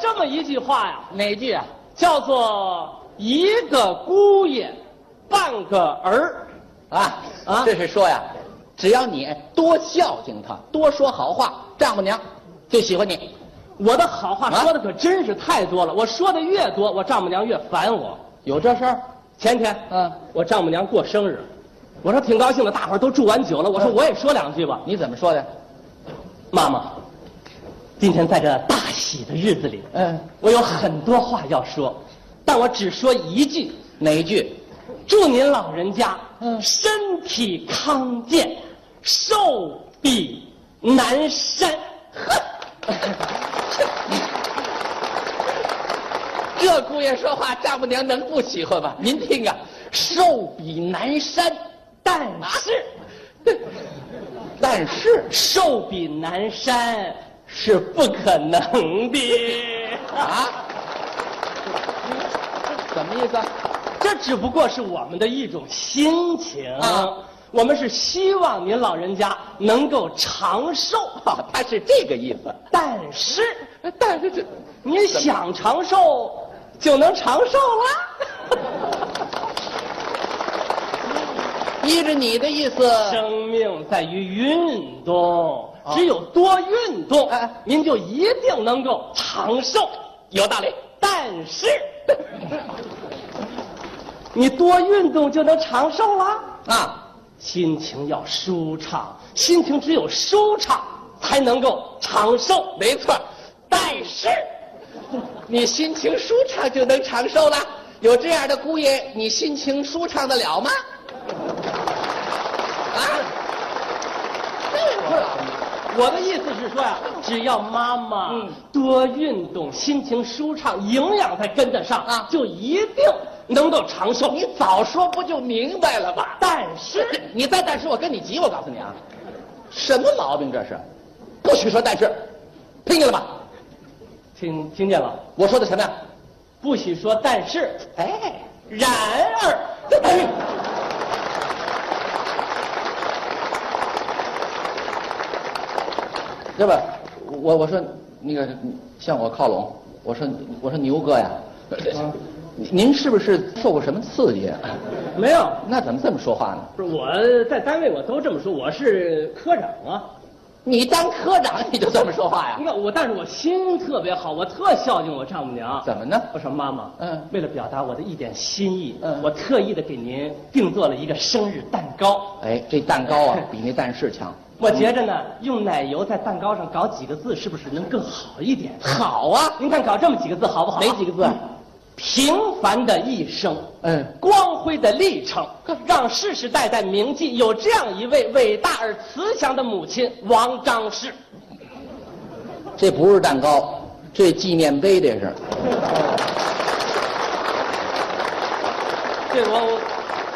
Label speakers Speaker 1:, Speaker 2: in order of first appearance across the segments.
Speaker 1: 这么一句话呀，
Speaker 2: 哪句啊？
Speaker 1: 叫做一个姑爷，半个儿。
Speaker 2: 啊
Speaker 1: 啊
Speaker 2: 这是说呀，只要你多孝敬他，多说好话，丈母娘就喜欢你。
Speaker 1: 我的好话
Speaker 2: 啊
Speaker 1: 说的可真是太多了，我说的越多，我丈母娘越烦我。
Speaker 2: 有这事儿？
Speaker 1: 前天，
Speaker 2: 嗯，
Speaker 1: 我丈母娘过生日，我说挺高兴的，大伙儿都祝完酒了，我说
Speaker 2: 嗯
Speaker 1: 我也说两句吧。
Speaker 2: 你怎么说的？
Speaker 1: 妈妈，今天在这大喜的日子里，
Speaker 2: 嗯，
Speaker 1: 我有很多话要说，但我只说一句：
Speaker 2: 哪一句？
Speaker 1: 祝您老人家
Speaker 2: 嗯
Speaker 1: 身体康健，寿比南山。
Speaker 2: 这 姑爷说话，丈母娘能不喜欢吗？您听啊，寿比南山，
Speaker 1: 但是，
Speaker 2: 但是
Speaker 1: 寿比南山是不可能的。
Speaker 2: 啊，什么意思啊？
Speaker 1: 这只不过是我们的一种心情
Speaker 2: 啊
Speaker 1: 我们是希望您老人家能够长寿，
Speaker 2: 啊，他是这个意思。
Speaker 1: 但是
Speaker 2: 但是这
Speaker 1: 您想长寿就能长寿了。
Speaker 2: 依着你的意思，
Speaker 1: 生命在于运动，只有多运动
Speaker 2: 哎哎，
Speaker 1: 您就一定能够长寿。
Speaker 2: 有道理。
Speaker 1: 但 是，你多运动就能长寿了。
Speaker 2: 啊，
Speaker 1: 心情要舒畅，心情只有舒畅才能够长寿。
Speaker 2: 没错儿。但是，你心情舒畅就能长寿了。有这样的姑爷，你心情舒畅得了吗？啊，这
Speaker 1: 我的意思是说呀，只要妈妈
Speaker 2: 嗯
Speaker 1: 多运动，心情舒畅，营养才跟得上
Speaker 2: 啊
Speaker 1: 就一定能够长寿。
Speaker 2: 你早说不就明白 了吗？
Speaker 1: 但是
Speaker 2: 你再但是，我跟你急，我告诉你啊，什么毛病这是？不许说但是，听见了吗？
Speaker 1: 听听见了，
Speaker 2: 我说的什么呀？
Speaker 1: 不许说但是，
Speaker 2: 哎，
Speaker 1: 然而，
Speaker 2: 哎，要不我我说那个你向我靠拢，我说你我说牛哥呀，您您是不是受过什么刺激啊？
Speaker 1: 没有，
Speaker 2: 那怎么这么说话呢？
Speaker 1: 不是我在单位我都这么说，我是科长啊。
Speaker 2: 你当科长你就这么说 话呀
Speaker 1: 你？看我，但是我心特别好，我特孝敬我丈母娘。
Speaker 2: 怎么呢？
Speaker 1: 我说妈妈，
Speaker 2: 嗯
Speaker 1: 为了表达我的一点心意，
Speaker 2: 嗯
Speaker 1: 我特意的给您定做了一个生日蛋糕。
Speaker 2: 哎，这蛋糕 啊比那但是强。
Speaker 1: 我觉着呢，
Speaker 2: 嗯
Speaker 1: 用奶油在蛋糕上搞几个字，是不是能更好一点？
Speaker 2: 好啊，
Speaker 1: 您看搞这么几个字好不好？
Speaker 2: 哪几个字啊
Speaker 1: 嗯 平凡的一生，
Speaker 2: 嗯
Speaker 1: 光辉的历 程，让世世代代铭记有这样一位伟大而慈祥的母亲王章氏。
Speaker 2: 这不是蛋糕，这纪念碑这是。
Speaker 1: 对我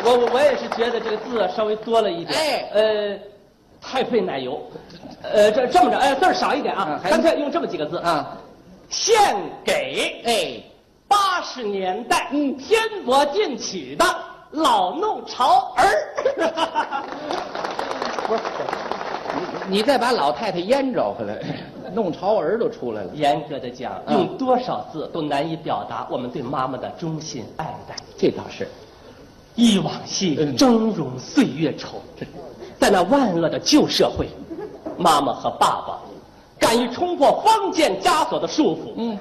Speaker 1: 我我我也是觉得这个字啊稍微多了一点，
Speaker 2: 哎
Speaker 1: 呃，太费奶油，呃，这这么着，哎、字儿少一点啊
Speaker 2: 嗯，还
Speaker 1: 干脆用这么几个字，
Speaker 2: 啊，
Speaker 1: 献给
Speaker 2: 哎，
Speaker 1: 八十年代嗯天簸进取的老弄潮儿。
Speaker 2: 不是，你你再把老太太烟找回来， 弄潮儿都出来了。
Speaker 1: 严格的讲，
Speaker 2: 嗯
Speaker 1: 用多少字都难以表达我们对妈妈的衷心爱戴。
Speaker 2: 这倒是，
Speaker 1: 忆往昔，
Speaker 2: 嗯
Speaker 1: 峥嵘岁月稠。在那万恶的旧社会，妈妈和爸爸敢于冲破封建枷锁的束缚，
Speaker 2: 嗯，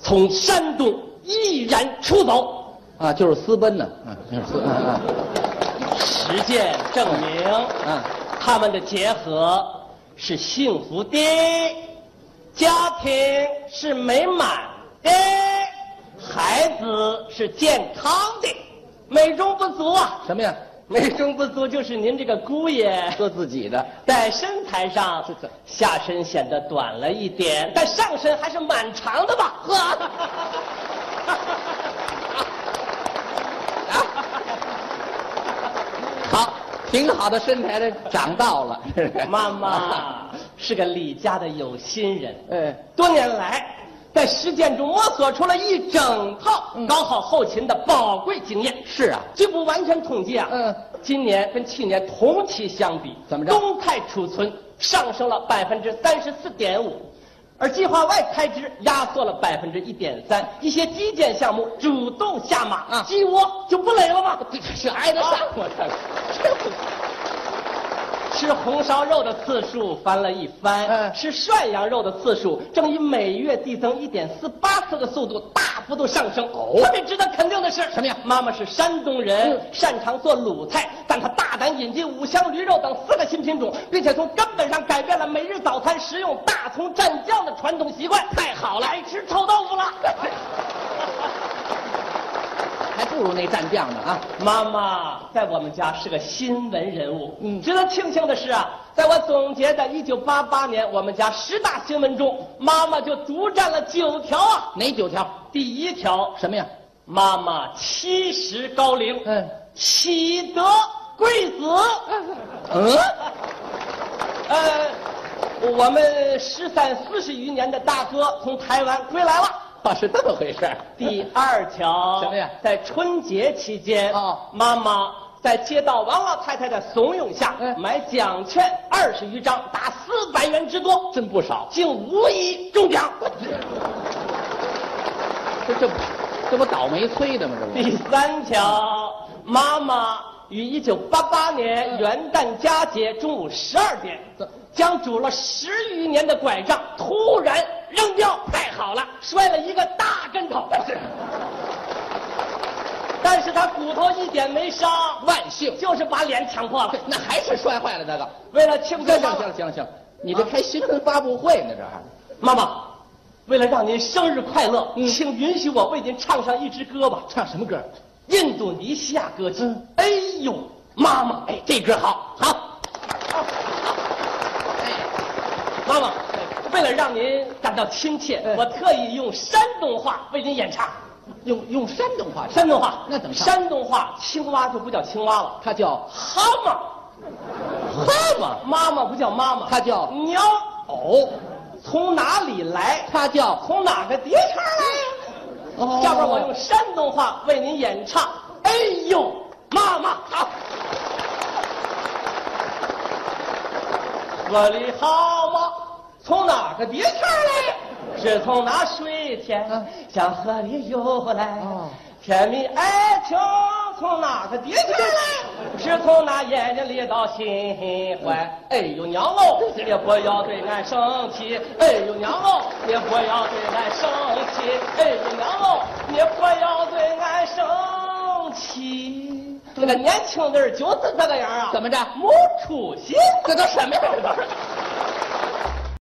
Speaker 1: 从山东毅然出走。
Speaker 2: 啊，就是私奔呢，啊，就是私奔啊
Speaker 1: 实践证
Speaker 2: 啊
Speaker 1: 明，
Speaker 2: 啊，
Speaker 1: 他们的结合是幸福的，家庭是美满的，孩子是健康的。美中不足啊，
Speaker 2: 什么呀？
Speaker 1: 美中不足就是您这个姑爷。
Speaker 2: 做自己的，
Speaker 1: 在身材上
Speaker 2: 是的，
Speaker 1: 下身显得短了一点，但上身还是蛮长的吧？呵，
Speaker 2: 好，挺好的身材的，长到了。
Speaker 1: 妈，妈是个李家的有心人，
Speaker 2: 哎，
Speaker 1: 多年来在实践中摸索出了一整套
Speaker 2: 嗯
Speaker 1: 搞好后勤的宝贵经验。
Speaker 2: 是啊，
Speaker 1: 据不完全统计啊，
Speaker 2: 嗯
Speaker 1: 今年跟去年同期相比，
Speaker 2: 怎么着
Speaker 1: 动态储存上升了百分之三十四点五，而计划外开支压缩了百分之一点三，一些基建项目主动下马，
Speaker 2: 啊
Speaker 1: 鸡窝就不垒了吗？
Speaker 2: 这这这挨得上吗？这这
Speaker 1: 吃红烧肉的次数翻了一番，
Speaker 2: 嗯
Speaker 1: 吃涮羊肉的次数正以每月递增一点四八次的速度大幅度上升。
Speaker 2: 哦
Speaker 1: 特别值得肯定的是
Speaker 2: 什么呀
Speaker 1: 妈妈是山东人，
Speaker 2: 嗯
Speaker 1: 擅长做鲁菜，但她大胆引进五香驴肉等四个新品种，并且从根本上改变了每日早餐食用大葱蘸酱的传统习惯。太好了，爱吃臭豆腐了。
Speaker 2: 还不如那蘸酱呢啊！
Speaker 1: 妈妈在我们家是个新闻人物。
Speaker 2: 嗯
Speaker 1: 值得庆幸的是啊，在我总结的1988年我们家十大新闻中，妈妈就独占了九条啊。
Speaker 2: 哪九条？
Speaker 1: 第一条，
Speaker 2: 什么呀？
Speaker 1: 妈妈七十高龄，
Speaker 2: 嗯
Speaker 1: 喜得贵子。
Speaker 2: 嗯，
Speaker 1: 呃，我们失散四十余年的大哥从台湾归来了。
Speaker 2: 啊，是这么回事儿。
Speaker 1: 第二条，
Speaker 2: 什么呀
Speaker 1: 在春节期间，
Speaker 2: 哦
Speaker 1: 妈妈在街道王老太太的怂恿下，
Speaker 2: 嗯
Speaker 1: 买奖券二十余张，达四百元之多，
Speaker 2: 真不少，
Speaker 1: 竟无一中奖。
Speaker 2: 这这这不倒霉催的吗？这不
Speaker 1: 第三条，妈妈于一九八八年元旦佳节中午十二点
Speaker 2: 怎，
Speaker 1: 将拄了十余年的拐杖突然扔掉，太好了，摔了一个大跟 头。但是他骨头一点没伤，
Speaker 2: 万幸，
Speaker 1: 就是把脸抢破了。
Speaker 2: 那还是摔坏了那个。
Speaker 1: 为了庆祝
Speaker 2: 行
Speaker 1: 妈
Speaker 2: 行
Speaker 1: 妈
Speaker 2: 行行行，你这开新闻发布会呢？这还
Speaker 1: 妈妈，为了让您生日快乐，
Speaker 2: 嗯
Speaker 1: 请允许我为您唱上一支歌吧，
Speaker 2: 唱什么歌？
Speaker 1: 印度尼西亚歌曲。
Speaker 2: 嗯
Speaker 1: 哎呦，妈妈，哎，这歌好，好，
Speaker 2: 哎，
Speaker 1: 妈妈，为了让您感到亲切，
Speaker 2: 嗯
Speaker 1: 我特意用山东话为您演唱。
Speaker 2: 用用山东话唱，
Speaker 1: 山东话
Speaker 2: 那怎么唱
Speaker 1: 山东话，青蛙就不叫青蛙了，
Speaker 2: 它叫
Speaker 1: 蛤蟆，
Speaker 2: 蛤蟆，
Speaker 1: 妈妈不叫妈妈，
Speaker 2: 它叫
Speaker 1: 娘。
Speaker 2: 哦，
Speaker 1: 从哪里来？
Speaker 2: 它叫
Speaker 1: 从哪个地方来呀、
Speaker 2: 哦
Speaker 1: 下边我用山东话为您演唱。哎呦，妈妈好！我的好妈从哪个地方来？是从那水天
Speaker 2: 嗯
Speaker 1: 向河里游来。
Speaker 2: 哦
Speaker 1: 甜蜜爱情从哪个地方来？是从那眼睛里到心怀。哎呦娘哦，你也不要对俺生气。哎呦娘哦，你也不要对俺生气。哎呦娘哦，你也不要对俺生气。这个年轻人就是这个样啊！
Speaker 2: 怎么着
Speaker 1: 没出息？
Speaker 2: 这都什么呀？这都是。